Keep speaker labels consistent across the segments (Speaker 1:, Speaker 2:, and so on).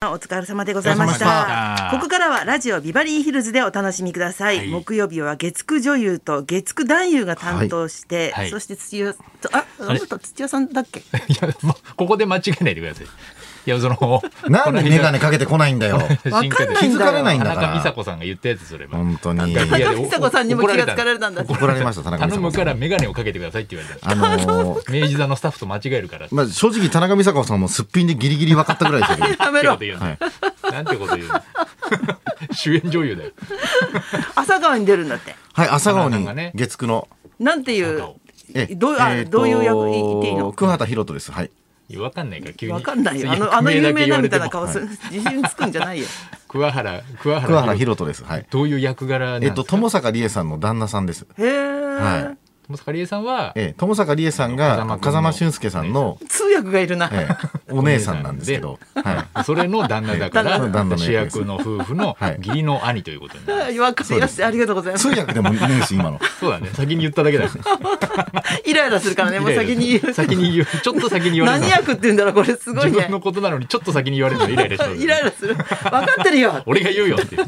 Speaker 1: 間お疲れ様でございました
Speaker 2: お疲れ様でした
Speaker 1: ここからはラジオビバリーヒルズでお楽しみください、
Speaker 2: はい
Speaker 1: 木曜日は月9女優と月9男優が担当して、
Speaker 2: はいはい
Speaker 1: そして土屋ああなた土屋さんだっ け
Speaker 2: いや、ま、ここで間違えないでください。いや、その、
Speaker 3: なんでメガネかけてこないんだよ。
Speaker 1: わかんないんだよ
Speaker 3: 気づかれないん
Speaker 2: 田
Speaker 3: だか
Speaker 2: 中美佐
Speaker 3: ら。
Speaker 2: 子さんが言ったやつそれば。
Speaker 3: 本当に。
Speaker 2: 楽屋
Speaker 1: 中
Speaker 2: で
Speaker 1: 美佐子さんにも気がつかれたんだ
Speaker 2: 怒
Speaker 3: 怒られました、田中美
Speaker 2: 頼
Speaker 3: 佐子
Speaker 2: む
Speaker 3: さ
Speaker 2: か
Speaker 3: ん。
Speaker 2: ら眼鏡をかけてくださいって言われた。
Speaker 3: あのー、
Speaker 2: 明治座のスタッフと間違えるから。
Speaker 3: まあ、正直田中美佐子さんもすっぴんでギリギリ分かったぐらいですけど
Speaker 1: やめ
Speaker 2: ってこ
Speaker 1: ろ
Speaker 2: と言うの
Speaker 3: はい。
Speaker 2: なんてこと言うの 主演女優だよ。
Speaker 1: 朝顔に出るんだって
Speaker 3: はい、朝顔
Speaker 2: 田
Speaker 3: に
Speaker 2: 中ね
Speaker 3: 月9の。
Speaker 1: なんていう
Speaker 2: 朝顔
Speaker 1: どうあ
Speaker 3: と
Speaker 1: どういう役言っていいの
Speaker 3: 桑畑博人です。はい。
Speaker 2: いやわかんないから急に。
Speaker 1: わかんないよあ
Speaker 2: そ
Speaker 1: のあの
Speaker 2: 役
Speaker 1: 有
Speaker 2: だけ
Speaker 1: 名
Speaker 2: 言
Speaker 1: な
Speaker 2: われ
Speaker 1: みたい
Speaker 2: ても
Speaker 1: な顔する自信つくんじゃ ないよ
Speaker 2: 桑原、桑原。
Speaker 3: 桑原博人です。はい。
Speaker 2: どういう役柄なん
Speaker 3: え
Speaker 2: で
Speaker 3: っ
Speaker 2: すか
Speaker 3: と、友坂理恵さんの旦那さんです。
Speaker 1: へえ、
Speaker 3: は
Speaker 2: 友坂理恵さんは、
Speaker 3: ええ、友坂理恵さん
Speaker 2: 風間君
Speaker 3: が
Speaker 2: の
Speaker 3: 風間俊介さんの、
Speaker 1: 通訳がいるな、
Speaker 3: ええ、お姉さんなんですけど、はい。
Speaker 2: それの旦那だ
Speaker 3: え
Speaker 2: か
Speaker 3: え旦那
Speaker 2: ら、
Speaker 3: の
Speaker 2: 主役の夫婦の
Speaker 3: はい
Speaker 2: 義理の兄ということになる。
Speaker 1: 分かりやすいありがとうございます
Speaker 3: 通訳でもねえし、今の。
Speaker 2: そうだね。先に言っただけだね。
Speaker 1: イライラするからねもう先に言う
Speaker 2: 先に言う。ちょっと先に言われる
Speaker 1: 何役って言うんだろうこれすごい
Speaker 2: 自
Speaker 1: ね
Speaker 2: 分のことなのにちょっと先に言わ れるのイライラしちゃう
Speaker 1: イライラする分かってるよ
Speaker 2: 俺が言うよっていう。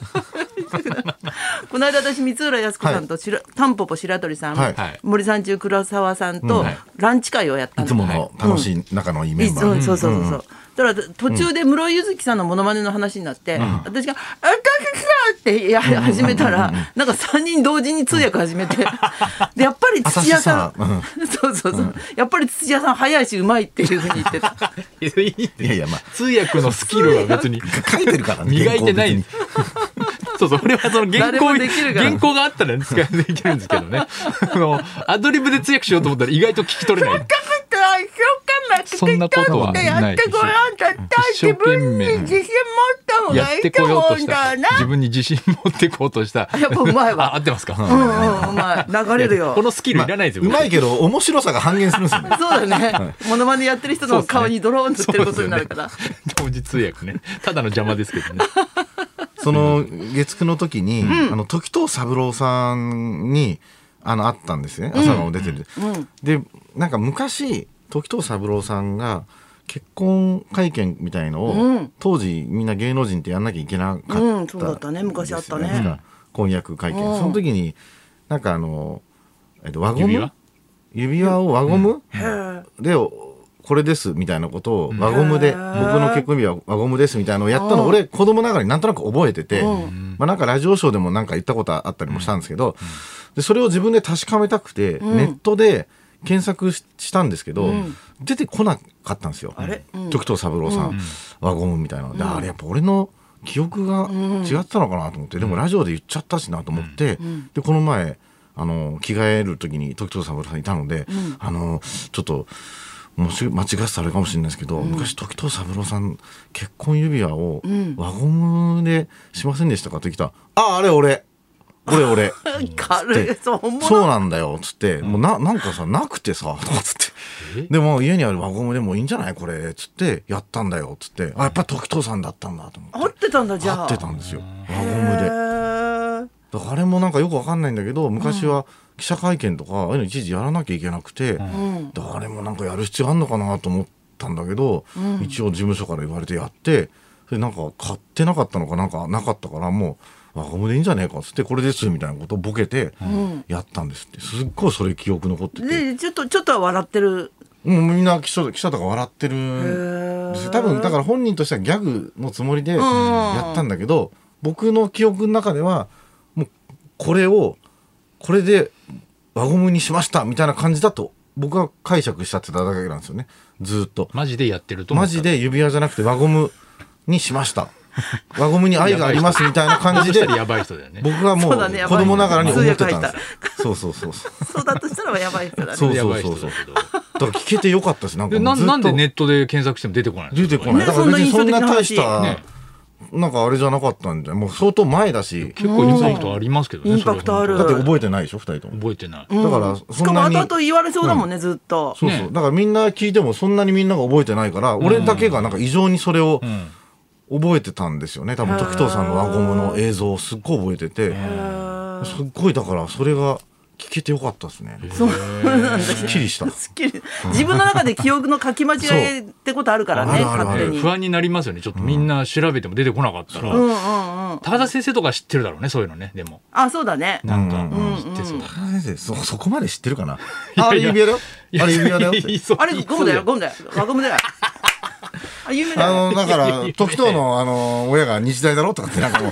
Speaker 1: この間私光浦靖子さんとしら、タンポポ白鳥さん、
Speaker 3: はい
Speaker 2: はい
Speaker 1: 森三中黒沢さんと
Speaker 2: うん
Speaker 1: ランチ会をやった
Speaker 3: い
Speaker 1: の
Speaker 3: つもの楽しい仲のいいメンバ
Speaker 1: い
Speaker 3: ーで。
Speaker 1: つもそうそうそうそう。だから途中で室井ゆずきさんのモノマネの話になって、私が「あたくさん!」ってや始めたらなんか3人同時に通訳始めてでやっぱり土屋さんそうそうそうやっぱり土屋さん早いしうまいっていうふうに言ってた
Speaker 2: いやいいって
Speaker 3: いやいや、まあ、
Speaker 2: 通訳のスキルは別に
Speaker 3: 書いてるからね。
Speaker 2: 磨いてな
Speaker 3: 原稿別に
Speaker 2: い。そうそう、俺はその原
Speaker 1: 誰
Speaker 2: 稿、
Speaker 1: もできるから
Speaker 2: 原稿があったら使いできるんですけど ね。あの、アドリブで通訳しようと思ったら意外と聞き取れない。そんなことはない
Speaker 1: やってごらんだった
Speaker 2: 一生
Speaker 1: 自
Speaker 2: 懸
Speaker 1: 分
Speaker 2: 命
Speaker 1: に自信持った方
Speaker 2: や
Speaker 1: がい
Speaker 2: っ
Speaker 1: い
Speaker 2: て
Speaker 1: と
Speaker 2: こよう
Speaker 1: 思
Speaker 2: と
Speaker 1: う
Speaker 2: し
Speaker 1: んだ
Speaker 2: た。
Speaker 1: な。
Speaker 2: 自分に自信持ってこうとした。
Speaker 1: やっぱうまいわ
Speaker 2: あ合ってますか、
Speaker 1: うんうんうまい流れるよ
Speaker 2: こ。のスキルいらないですよ。
Speaker 3: うまいけど、面白さが半減するんですよね。
Speaker 1: そうだね。モノマネやってる人の顔にドローンとってることになるから。
Speaker 2: 同時通訳ね。ただの邪魔ですけどね。
Speaker 3: その月9の時に、あの時藤三郎さんにあの会ったんですね朝顔出てる、でなんか昔時藤三郎さんが結婚会見みたいのを、当時みんな芸能人ってやんなきゃいけなかった、
Speaker 1: うんそうだったね昔あったね
Speaker 3: ですよ婚約会見、
Speaker 1: うん
Speaker 3: その時になんかあの、えっと、輪ゴム
Speaker 2: 指輪
Speaker 3: 指輪を輪ゴム、
Speaker 1: へ
Speaker 3: でおこれですみたいなことを輪ゴムで、僕の結婚指輪輪ゴムですみたいなのをやったの俺子供ながらになんとなく覚えてて、まあ、なんかラジオショーでもなんか言ったことあったりもしたんですけど、でそれを自分で確かめたくて、ネットで検索ししたんですけど、出てこなかったんですよ
Speaker 1: れうん
Speaker 3: 時藤三郎さん、輪ゴムみたいなので、あれやっぱ俺の記憶が違ってたのかなと思って、でもラジオで言っちゃったしなと思って、でこの前あの着替える時に時藤三郎さんいたので、あのちょっと。もし間違ってたらあれかもしれないですけど、昔時藤三郎さん結婚指輪を輪ゴムでしませんでしたかって来たら「あああれ俺俺 俺」
Speaker 1: ー
Speaker 3: っ
Speaker 1: 軽い。
Speaker 3: て
Speaker 1: そう、本
Speaker 3: そう
Speaker 1: 物。
Speaker 3: なんだよ」っつって「もうななんかさなくてさ」とかっつって「でも家にある輪ゴムでもいいんじゃないこれ」っつってやったんだよっつって「あやっぱ時藤さんだったんだ」と思
Speaker 1: 合
Speaker 3: っ
Speaker 1: っててたんだじゃあ。
Speaker 3: 合ってたんですよ輪ゴムで。
Speaker 1: ムで。
Speaker 3: だからあれもなんかよくわかんないんだけど昔は記者会見とか、ああいうのいちいちやらなきゃいけなくて、だからあれもなんかやる必要あんのかなと思ったんだけど、一応事務所から言われてやってそれなんか買ってなかったのかなんかなかったからもう「あゴムでいいんじゃねえか」っつって「これです」みたいなことをボケてやったんですってすっごいそれ記憶残ってて、
Speaker 1: で、ちょっと、ちょっとは笑ってる。
Speaker 3: もうみんな記者記者とか笑ってるんですよ多分だから本人としてはギャグのつもりでやったんだけど、僕の記憶の中ではもうこれをこれで輪ゴムにしましたみたいな感じだと僕は解釈しちゃってただけなんですよねずーっと
Speaker 2: マジでやってると思っ
Speaker 3: マ
Speaker 2: た
Speaker 3: ジで指輪じゃなくて輪ゴムにしました 輪ゴムに愛がありますみたいな感じで
Speaker 2: そしたらやばい人だよね。
Speaker 3: 僕はも
Speaker 1: そううだねやば
Speaker 3: 子
Speaker 1: い
Speaker 3: 供ながらに思ってたん
Speaker 1: 通
Speaker 3: で
Speaker 1: 訳入
Speaker 3: すそうそうそう そう
Speaker 1: そうだとしたらやばい人だね。
Speaker 3: そう
Speaker 2: や
Speaker 3: そ
Speaker 2: ば
Speaker 3: う
Speaker 2: い
Speaker 3: そう
Speaker 2: 人
Speaker 3: そ
Speaker 2: だ
Speaker 3: う
Speaker 2: けど。
Speaker 3: だから聞けてよかったですなんか
Speaker 2: で
Speaker 3: も
Speaker 2: な
Speaker 3: うずっと
Speaker 2: なんでネットで検索しても出てこないの
Speaker 3: 出てこない。
Speaker 1: ね
Speaker 3: だから別に
Speaker 1: そ
Speaker 3: そ
Speaker 1: ん
Speaker 3: ん
Speaker 1: な印象的な
Speaker 3: な
Speaker 1: 話
Speaker 3: 大した、
Speaker 2: ね
Speaker 3: なんかあれじゃなかったんじゃもう相当前だし、
Speaker 2: 結構インパクトありますけどね。
Speaker 1: インパクトある
Speaker 2: そ
Speaker 3: だ
Speaker 2: れ
Speaker 3: っ
Speaker 2: は
Speaker 3: て覚えてないでしょ、二人とも。
Speaker 2: 覚えてない。
Speaker 3: だから、
Speaker 1: し
Speaker 3: そ
Speaker 1: か
Speaker 3: ん
Speaker 1: も
Speaker 3: な
Speaker 1: 後
Speaker 3: に。
Speaker 1: 々言われそうだもんね、ずっと。
Speaker 3: そうそう。だからみんな聞いてもそんなにみんなが覚えてないから、俺だけがなんか異常にそれを
Speaker 2: ん
Speaker 3: 覚えてたんですよね。多分、時藤さんの輪ゴムの映像をすっごい覚えてて、すっごいだから、それが聞けてよかったですね。
Speaker 1: そう なんだ
Speaker 3: すっき り した。
Speaker 1: すっきり自分の中で記憶の書き間違いってことあるからね
Speaker 3: そうあるあるあ
Speaker 1: 勝
Speaker 3: る
Speaker 1: 手に
Speaker 2: 不安になりますよねちょっとみんな調べても出てこなかったら、
Speaker 1: うんうんうん
Speaker 2: 高田先生とか知ってるだろうねそういうのねでも
Speaker 1: あそうだね
Speaker 2: なんか
Speaker 3: うん
Speaker 1: うんうん
Speaker 2: 知ってそう、
Speaker 3: 高田先生そそこまで知ってるかな
Speaker 2: や
Speaker 3: あれ指輪だよあれ指輪だよって
Speaker 2: 言いそう
Speaker 1: あれ
Speaker 2: 言い
Speaker 1: ゴ
Speaker 2: そ
Speaker 1: ム
Speaker 2: う
Speaker 1: だよゴムだよ輪ゴム だよあ有名だ
Speaker 3: あ
Speaker 1: よ
Speaker 3: のだから時任のあの親が日大だろとかってなんか もう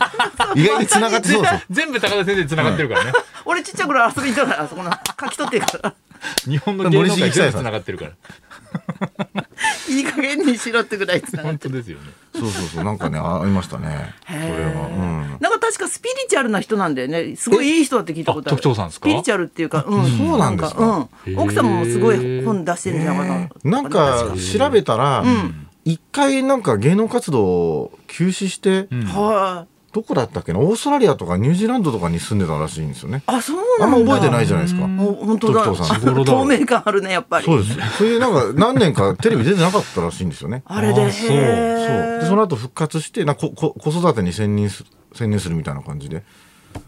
Speaker 3: 意外に繋がってそうですよ
Speaker 2: 全部高田先生に繋がってるからね、
Speaker 1: 俺ちっちゃい頃遊びに行ったからあそこの書き取ってる から
Speaker 2: 日本の芸能界全部繋がってるから
Speaker 1: いい加減にしろってぐらいつながっ
Speaker 2: 本
Speaker 1: て
Speaker 2: 当ですよね
Speaker 3: そうそうそうなんかねあありましたねそれはうん
Speaker 1: なんか確かスピリチュアルな人なんだよねすごいいい人だって聞いたことある
Speaker 2: あ特徴さんですか
Speaker 1: スピリチュアルっていうか、うん、
Speaker 3: そうなんですか
Speaker 1: うん、奥様もすごい本出してるんじゃないかな
Speaker 3: なんか調べたら一回なんか芸能活動を休止して
Speaker 2: ん
Speaker 1: はい
Speaker 3: どこだったっけなオーストラリアとかニュージーランドとかに住んでたらしいんですよね
Speaker 1: あそうな
Speaker 3: あ
Speaker 1: んんだ
Speaker 3: ま覚えてないじゃないですか
Speaker 1: お本当だ
Speaker 3: 時任さん
Speaker 1: あ
Speaker 3: 日
Speaker 2: 頃だ
Speaker 1: 透明感あるねやっぱり
Speaker 3: そうですそれでなんか何年かテレビ出てなかったらしいんですよね
Speaker 1: あれで
Speaker 2: あそう
Speaker 3: そう
Speaker 1: へー
Speaker 3: でその後復活してなここ子育てに専任する専念するみたいな感じで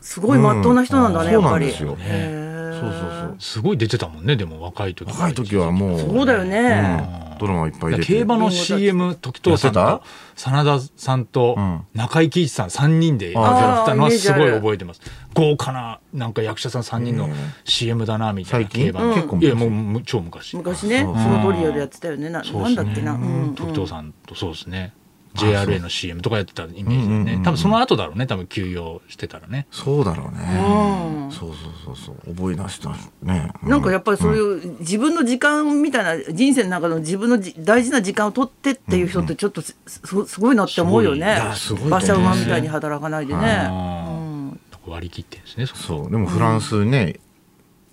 Speaker 3: す
Speaker 1: ごい真っ当な人なんだね、
Speaker 3: うん
Speaker 1: やっぱり
Speaker 3: そうなんですよ
Speaker 1: へ
Speaker 3: そう
Speaker 1: ー
Speaker 3: そうそう
Speaker 2: すごい出てたもんねでも若い時
Speaker 3: 若い時はもう
Speaker 1: そうだよね、
Speaker 3: うんドラマいっぱい出て
Speaker 2: 競馬の CM 時藤さん
Speaker 3: やって
Speaker 2: と真田さんと
Speaker 3: うん
Speaker 2: 中井貴一さん3人でやってたのはすごい覚えてます豪華ななんか役者さん3人の
Speaker 3: うん
Speaker 2: CM だなみたいな
Speaker 3: 最近
Speaker 2: 競馬の
Speaker 3: 結構
Speaker 2: いや
Speaker 3: 昔
Speaker 2: もうむ超昔
Speaker 1: 昔ね
Speaker 3: そう
Speaker 1: スノートリオでやってたよねな
Speaker 2: そう
Speaker 1: なんだっけな、うんうん
Speaker 2: 時藤さんとそうですね JRA の CM とかやってたイメージ
Speaker 3: うんうん
Speaker 2: だ
Speaker 3: うんう
Speaker 2: ね
Speaker 3: ん
Speaker 2: 多分その後だろうね多分休養してたらね
Speaker 3: そうだろう
Speaker 1: う
Speaker 3: ね
Speaker 1: ん
Speaker 3: そうそうそうそう覚え出したね
Speaker 1: なんかやっぱりそういうう自分の時間みたいな人生の中の自分のじ大事な時間を取ってっていう人ってちょっとすすすごいなって思うよね
Speaker 3: すごいい
Speaker 1: 馬
Speaker 3: やすごいと思います
Speaker 1: 車馬みたいに働かないでね
Speaker 2: あー
Speaker 1: うん
Speaker 2: 割り切ってんですねそこ
Speaker 3: そうでもフランスね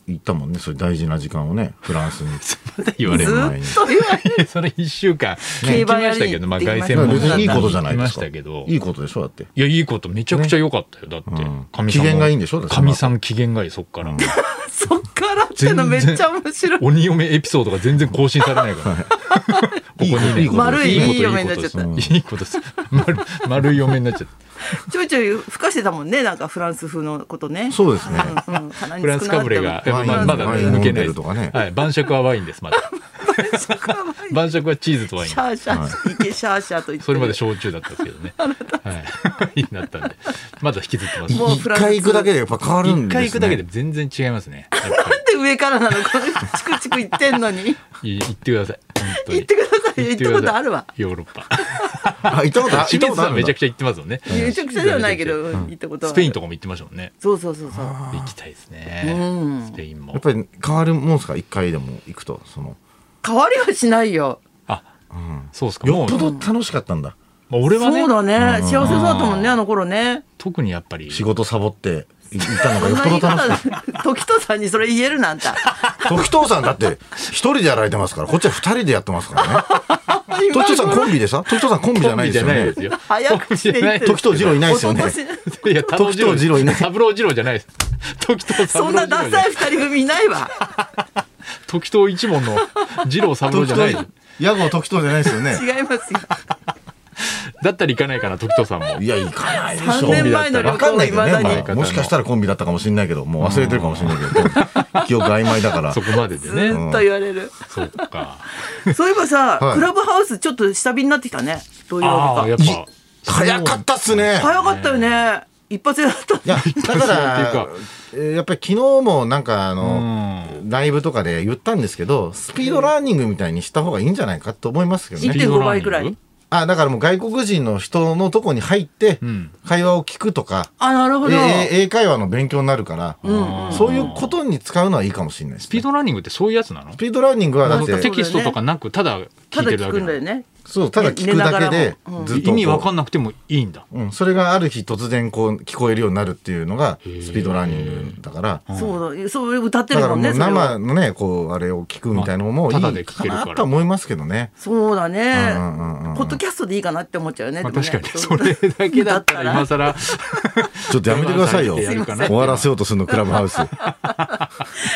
Speaker 3: 行ったもんねそういう大事な時間をねフランス に
Speaker 2: まだ言わ
Speaker 1: ずっ
Speaker 2: れるの
Speaker 3: 前に
Speaker 1: と言われる
Speaker 2: いや それ1週間
Speaker 1: 競
Speaker 2: 行き
Speaker 1: 馬やり
Speaker 2: ましたけどまあ凱旋
Speaker 3: だから
Speaker 2: 門
Speaker 3: 別にいいことじゃないで
Speaker 2: 行きますし
Speaker 3: か
Speaker 2: たけど
Speaker 3: いいことでしょだって
Speaker 2: いや、いいこと、めちゃくちゃ良かったよ。だって
Speaker 3: うん、
Speaker 2: かみ、
Speaker 3: 機嫌がいいんでしょだって
Speaker 2: かみさん機嫌がいい、そっから。
Speaker 1: そっからってのめっちゃ面白い
Speaker 2: 鬼嫁エピソードが全然更新されないから。こ こにね、
Speaker 3: いいこと
Speaker 1: 丸いいい
Speaker 2: こと
Speaker 1: 嫁になっちゃった
Speaker 2: ですいいことです。丸丸い嫁になっち ゃった。
Speaker 1: ちょいちょいふかしてたもんねなんかフランス風のことね
Speaker 3: そうですね
Speaker 1: うんうん鼻に
Speaker 2: フランス
Speaker 1: つくな
Speaker 2: か
Speaker 1: って
Speaker 2: ぶれが、
Speaker 3: ワイン
Speaker 2: ままだ
Speaker 3: ワイン
Speaker 2: 抜けな
Speaker 3: 飲んで
Speaker 2: い
Speaker 3: るとかね
Speaker 2: はい、晩酌はワインです、 まだ。晩酌はチーズとワイン
Speaker 1: シ。ャーシャー、いけシャーシャーと言って
Speaker 2: それまで焼酎だったんですけ どね。はい。になったんで。まだ引きずってます。
Speaker 1: もう
Speaker 3: 一
Speaker 1: フランス
Speaker 3: 回行くだけでやっぱ変わるん
Speaker 2: 一
Speaker 3: ですね
Speaker 2: 回行くだけで全然違いますね。やっぱ
Speaker 1: なんで上からなのこれチクチク言ってんのに
Speaker 2: りい行ってください。本当に
Speaker 1: 言ってくださいよ
Speaker 2: 行
Speaker 1: 行ったことあるわ
Speaker 2: ヨーロッパ。
Speaker 3: あ行ったことあ
Speaker 2: 清
Speaker 3: 行ったこ
Speaker 2: 水
Speaker 3: とある
Speaker 2: さん
Speaker 3: んだ
Speaker 2: めちゃくちゃ行ってますもんね。
Speaker 1: めちゃくちゃではないけどうん行ったことは
Speaker 2: スペインとかも行ってましたもんね。
Speaker 1: そうそうそうそう
Speaker 2: 行きたいですね。スペインも
Speaker 3: やっ。ぱり変わるもんすか一回でも行くとその
Speaker 1: 変わりはしないよ
Speaker 2: あ、そうですか。
Speaker 3: よ
Speaker 2: も
Speaker 3: っ
Speaker 2: う、
Speaker 3: ぽ
Speaker 2: ま
Speaker 3: ど楽しかったんだ
Speaker 2: あ俺は
Speaker 1: そう
Speaker 2: ね、
Speaker 1: だね幸せそうだったもんねあの頃ね
Speaker 2: 特にやっぱり、
Speaker 3: 仕事サボって行ったのが
Speaker 1: そん
Speaker 3: よ
Speaker 1: な言
Speaker 3: っぽど
Speaker 1: い方
Speaker 3: 楽しかっ
Speaker 1: 時とさんにそれ言えるなんた
Speaker 3: た時藤さんだって一人でやられてますからこっちは二人でやってますからね時
Speaker 1: 今
Speaker 3: 藤さんコンビでさ時藤さんコンビじゃないですよね
Speaker 2: コンビじゃないですよ。
Speaker 1: 早口で言ってる
Speaker 3: 時藤二郎いないですよね
Speaker 1: おとなしい
Speaker 2: いや、
Speaker 3: 時藤二郎いない
Speaker 2: 三郎二郎じゃないです。時藤
Speaker 1: そ
Speaker 2: 三郎
Speaker 1: んな
Speaker 2: 二郎じゃ
Speaker 1: ダ
Speaker 2: ない
Speaker 1: サい二人組いないわ
Speaker 2: 時藤一門の二郎三郎
Speaker 3: 時
Speaker 2: じゃない。
Speaker 3: 藤屋号時藤じゃないですよね
Speaker 1: 違いますよ
Speaker 2: だったら行かないかな、時藤さんも。
Speaker 3: いや行かないでしょ
Speaker 1: 3年前の旅
Speaker 3: わか
Speaker 1: 行が
Speaker 3: んないいけ
Speaker 1: ま
Speaker 3: ど
Speaker 1: だに
Speaker 3: ね、まあもしかしたらコンビだったかもしれないけどもう忘れてるかもしれないけど記憶曖昧だから
Speaker 2: そこまでで
Speaker 1: ず
Speaker 2: ね。
Speaker 1: っと言われる
Speaker 2: そうか。
Speaker 1: そういえばさ、
Speaker 3: はい
Speaker 1: クラブハウスちょっと下火になってきたね。土曜
Speaker 2: ああ、
Speaker 1: 日
Speaker 2: や
Speaker 1: か
Speaker 2: っ。ぱ、
Speaker 3: 早かったっすね
Speaker 1: 早かったよね。一発でだったね
Speaker 3: いやだから
Speaker 2: そうっ
Speaker 3: えーやっぱり昨日もなんかあのライブとかで言ったんですけどスピードラーニングみたいにした方がいいんじゃないかと思いますけどね
Speaker 2: ピー
Speaker 1: 1.5
Speaker 2: ドランニン
Speaker 1: 倍
Speaker 2: グ
Speaker 1: くらい。
Speaker 3: あだからもう外国人の人のとこに入って
Speaker 2: ん
Speaker 3: 会話を聞くとか、
Speaker 1: あ、なるほ
Speaker 3: え
Speaker 1: ど。
Speaker 3: ー英会話の勉強になるから、
Speaker 2: んうん
Speaker 3: そういうことに使うのはいいかもしれないです
Speaker 2: スピ
Speaker 3: ね、
Speaker 2: ードランニングってそういうやつなの
Speaker 3: スピードラーニングはだっ
Speaker 1: なん
Speaker 3: て
Speaker 1: か
Speaker 2: テキストとかなく、ただ聞
Speaker 1: た
Speaker 2: い
Speaker 1: だ
Speaker 2: てるだ
Speaker 1: 聞
Speaker 2: け
Speaker 1: く
Speaker 2: なん
Speaker 1: だ
Speaker 2: の
Speaker 1: よね。
Speaker 3: そうただ聞くだけ
Speaker 1: 寝なが
Speaker 3: で
Speaker 1: らもうん
Speaker 3: ずっと
Speaker 2: 意味わか
Speaker 3: ん
Speaker 2: んなくてもいいんだ。
Speaker 3: うん、それがある日突然こう聞こえるようになるっていうのがスピードラーニングだから、
Speaker 1: そうだ、そう歌って
Speaker 3: だ
Speaker 1: る
Speaker 3: から
Speaker 1: も
Speaker 3: も
Speaker 1: んね。
Speaker 3: う
Speaker 1: それは
Speaker 3: 生のねこうあれを聞くみたいなのもい
Speaker 2: まあタダで
Speaker 3: い
Speaker 2: 聞け
Speaker 3: か
Speaker 2: るから
Speaker 3: なとは思いますけどね。
Speaker 1: そうだね
Speaker 3: うんうんうんうん。
Speaker 1: ポッドキャストでいいかなって思っちゃうね。
Speaker 2: まあ、
Speaker 1: でも
Speaker 2: 確
Speaker 1: ね
Speaker 2: かにそれ だけだったら今更
Speaker 3: ちょっとやめてくださいよ。
Speaker 2: すいません
Speaker 3: 終わらせようとするのクラブハウス。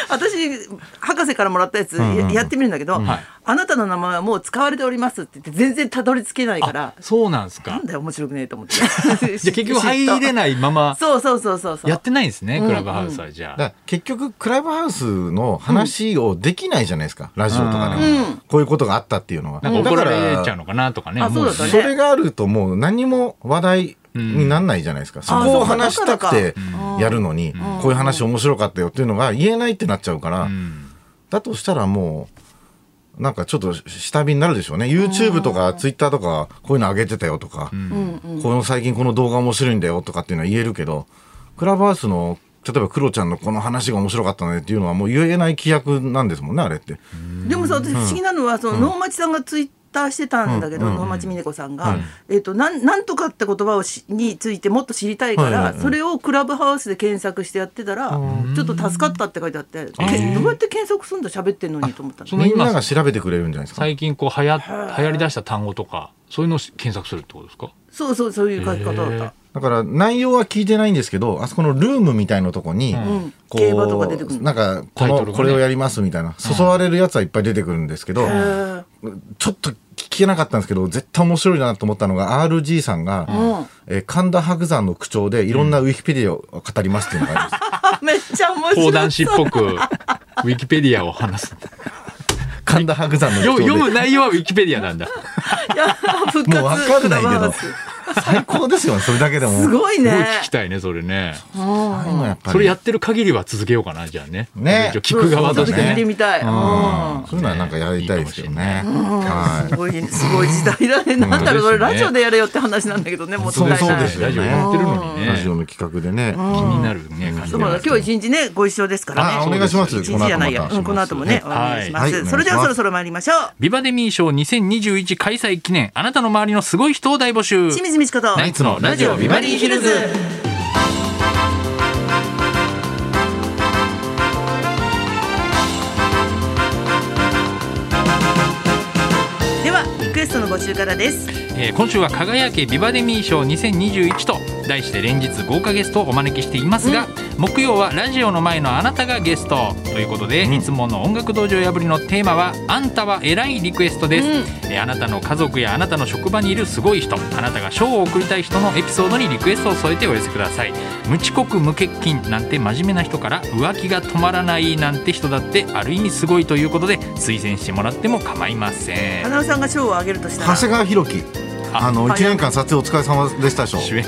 Speaker 1: 私博士からもらったやつややってみるんだけど、あなたの名前はもう使われておりますって言って全然たどり着けないから
Speaker 2: そうなんですか
Speaker 1: なんだよ面白くねえと思って
Speaker 2: じゃあ結局入れないまま
Speaker 1: そうそうそうそうそう
Speaker 2: やってないんですねクラブハウスはじゃ
Speaker 3: だ
Speaker 2: あ
Speaker 3: から結局クラブハウスの話をできないじゃないですか、ラジオとかでも、
Speaker 1: うん
Speaker 3: こういうことがあったっていうのは、
Speaker 2: なんか
Speaker 3: だ
Speaker 2: 怒
Speaker 3: から
Speaker 2: れちゃうのかなとかね
Speaker 1: あそうだ
Speaker 2: も
Speaker 1: ったね
Speaker 3: それがあるともう何も話題になんないじゃないですか、そこを話したくてやるのに、こういう話面白かったよっていうのが言えないってなっちゃうから、
Speaker 2: うん
Speaker 3: だとしたらもうなんかちょっと下火になるでしょうね YouTube とか Twitter とかこういうの上げてたよとか、この最近この動画面白いんだよとかっていうのは言えるけどクラブハウスの例えばクロちゃんのこの話が面白かったねっていうのはもう言えない規約なんですもんねあれって。
Speaker 1: でもさ私不思議なのはその能町さんがツイッターしてたんだけど、能町みね子さんが、えっとなんなんとかって言葉をしについてもっと知りたいから、
Speaker 3: はいはいはい
Speaker 1: それをクラブハウスで検索してやってたら、ちょっと助かったって書いてあって、けどうやって検索するんだ喋ってんのにと思ったの
Speaker 2: その
Speaker 3: みんな
Speaker 2: 今
Speaker 3: が調べてくれるんじゃないですか。
Speaker 2: 最近こう流行流行り出した単語とかそういうのを検索するってことですか
Speaker 1: そうそうそういう書き方だった、
Speaker 3: だから内容は聞いてないんですけど、あそこのルームみたいなとこに、
Speaker 1: ん競馬とか出てくる
Speaker 3: なんかこ
Speaker 2: タイ
Speaker 3: の、
Speaker 2: トルがね
Speaker 3: これをやりますみたいな、誘われるやつはいっぱい出てくるんですけど、
Speaker 1: へー
Speaker 3: ちょっと聞けなかったんですけど、絶対面白いなと思ったのが、RG さんが、
Speaker 1: ん
Speaker 3: えー神田伯山の口調でいろんなウィキペディアを語りますっていうのがあり ます。
Speaker 1: あめっちゃ面白い
Speaker 2: 講談師っぽ くウィキペディアを話す
Speaker 3: 神田伯山の口調
Speaker 2: 読
Speaker 3: で。
Speaker 2: 読む内容はウィキペディアなんだ
Speaker 1: いや復活
Speaker 3: もうわかんないけど
Speaker 1: クラブハウス
Speaker 3: 最高ですよね、それだけでも。
Speaker 1: すごい
Speaker 2: すごい
Speaker 1: ね
Speaker 2: 聞きたいねそれね
Speaker 3: ああいうのやっぱり。
Speaker 2: それやってる限りは続けようかなじゃあね
Speaker 3: ね
Speaker 2: 一応聞く側とし
Speaker 1: ちょっと
Speaker 2: て
Speaker 1: 聞いて
Speaker 2: ね
Speaker 1: みたい、
Speaker 3: うんそういうのはなんかやりたいですよね。はい
Speaker 1: すごいすごい時代だね。なんだろう、これ
Speaker 2: 本当ですね
Speaker 1: ラジオでやれよって話なんだけどね、もった
Speaker 3: そ
Speaker 1: いうない。
Speaker 3: そうですよ
Speaker 2: ラ
Speaker 3: ね
Speaker 2: ジオやってるのにね
Speaker 3: ラジオの企画でね。
Speaker 2: 気になるね感じ
Speaker 1: そ
Speaker 2: で
Speaker 1: うだ今日一日ね、ご一緒ですからね。
Speaker 3: あ、お願いします。
Speaker 1: 一日じゃないや、
Speaker 3: この後またし
Speaker 1: うんこ
Speaker 3: ます
Speaker 1: の後もね、お願いしま
Speaker 3: はい
Speaker 1: す。それでは
Speaker 3: お願いします
Speaker 1: そろそろ参りましょう。
Speaker 2: ビバデミー賞2021開催記念あなたの周りのすごい人を大募集
Speaker 1: 清水美智子と。
Speaker 2: ナイツのラジオビバリーヒルズ。
Speaker 1: では、リクエストの募集からです。
Speaker 2: えー今週は「輝けビバデミー賞2021」と題して連日豪華ゲストをお招きしていますが、木曜はラジオの前のあなたがゲストということで、いつもの音楽道場破りのテーマは「あんたは偉い」リクエストです、えーあなたの家族やあなたの職場にいるすごい人あなたが賞を贈りたい人のエピソードにリクエストを添えてお寄せください無遅刻無欠勤なんて真面目な人から浮気が止まらないなんて人だってある意味すごいということで推薦してもらっても構いません
Speaker 1: 花尾さんが賞をあげるとしたら
Speaker 3: 長。谷川博己。
Speaker 2: あ
Speaker 3: あの、一年間撮影お疲れ様でしたでしょ。
Speaker 2: 主演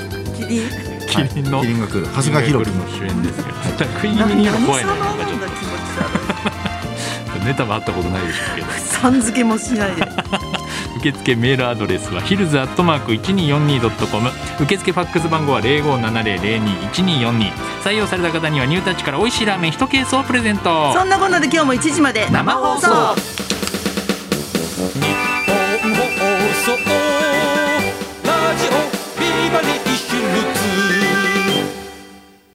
Speaker 1: キリン
Speaker 2: キリンの、
Speaker 3: キリンが来る。長谷川博己。
Speaker 2: の主演ですよ。食い気味に言うの怖いな。
Speaker 1: 何様
Speaker 2: なんか
Speaker 1: な
Speaker 2: ちょ
Speaker 1: んだ気持ち
Speaker 2: っとネタはあったことないでしょうけど。
Speaker 1: 悪いさん付けもしないで。
Speaker 2: 受付メールアドレスはヒルズアットマーク一二四二ドットコム。受付ファックス番号は零五七零零二一二四二。採用された方にはニュータッチから美味しいラーメン一ケースをプレゼント
Speaker 1: そ。んなこんなで今日も1時まで
Speaker 2: 生放送
Speaker 1: 生放送
Speaker 2: 日本放送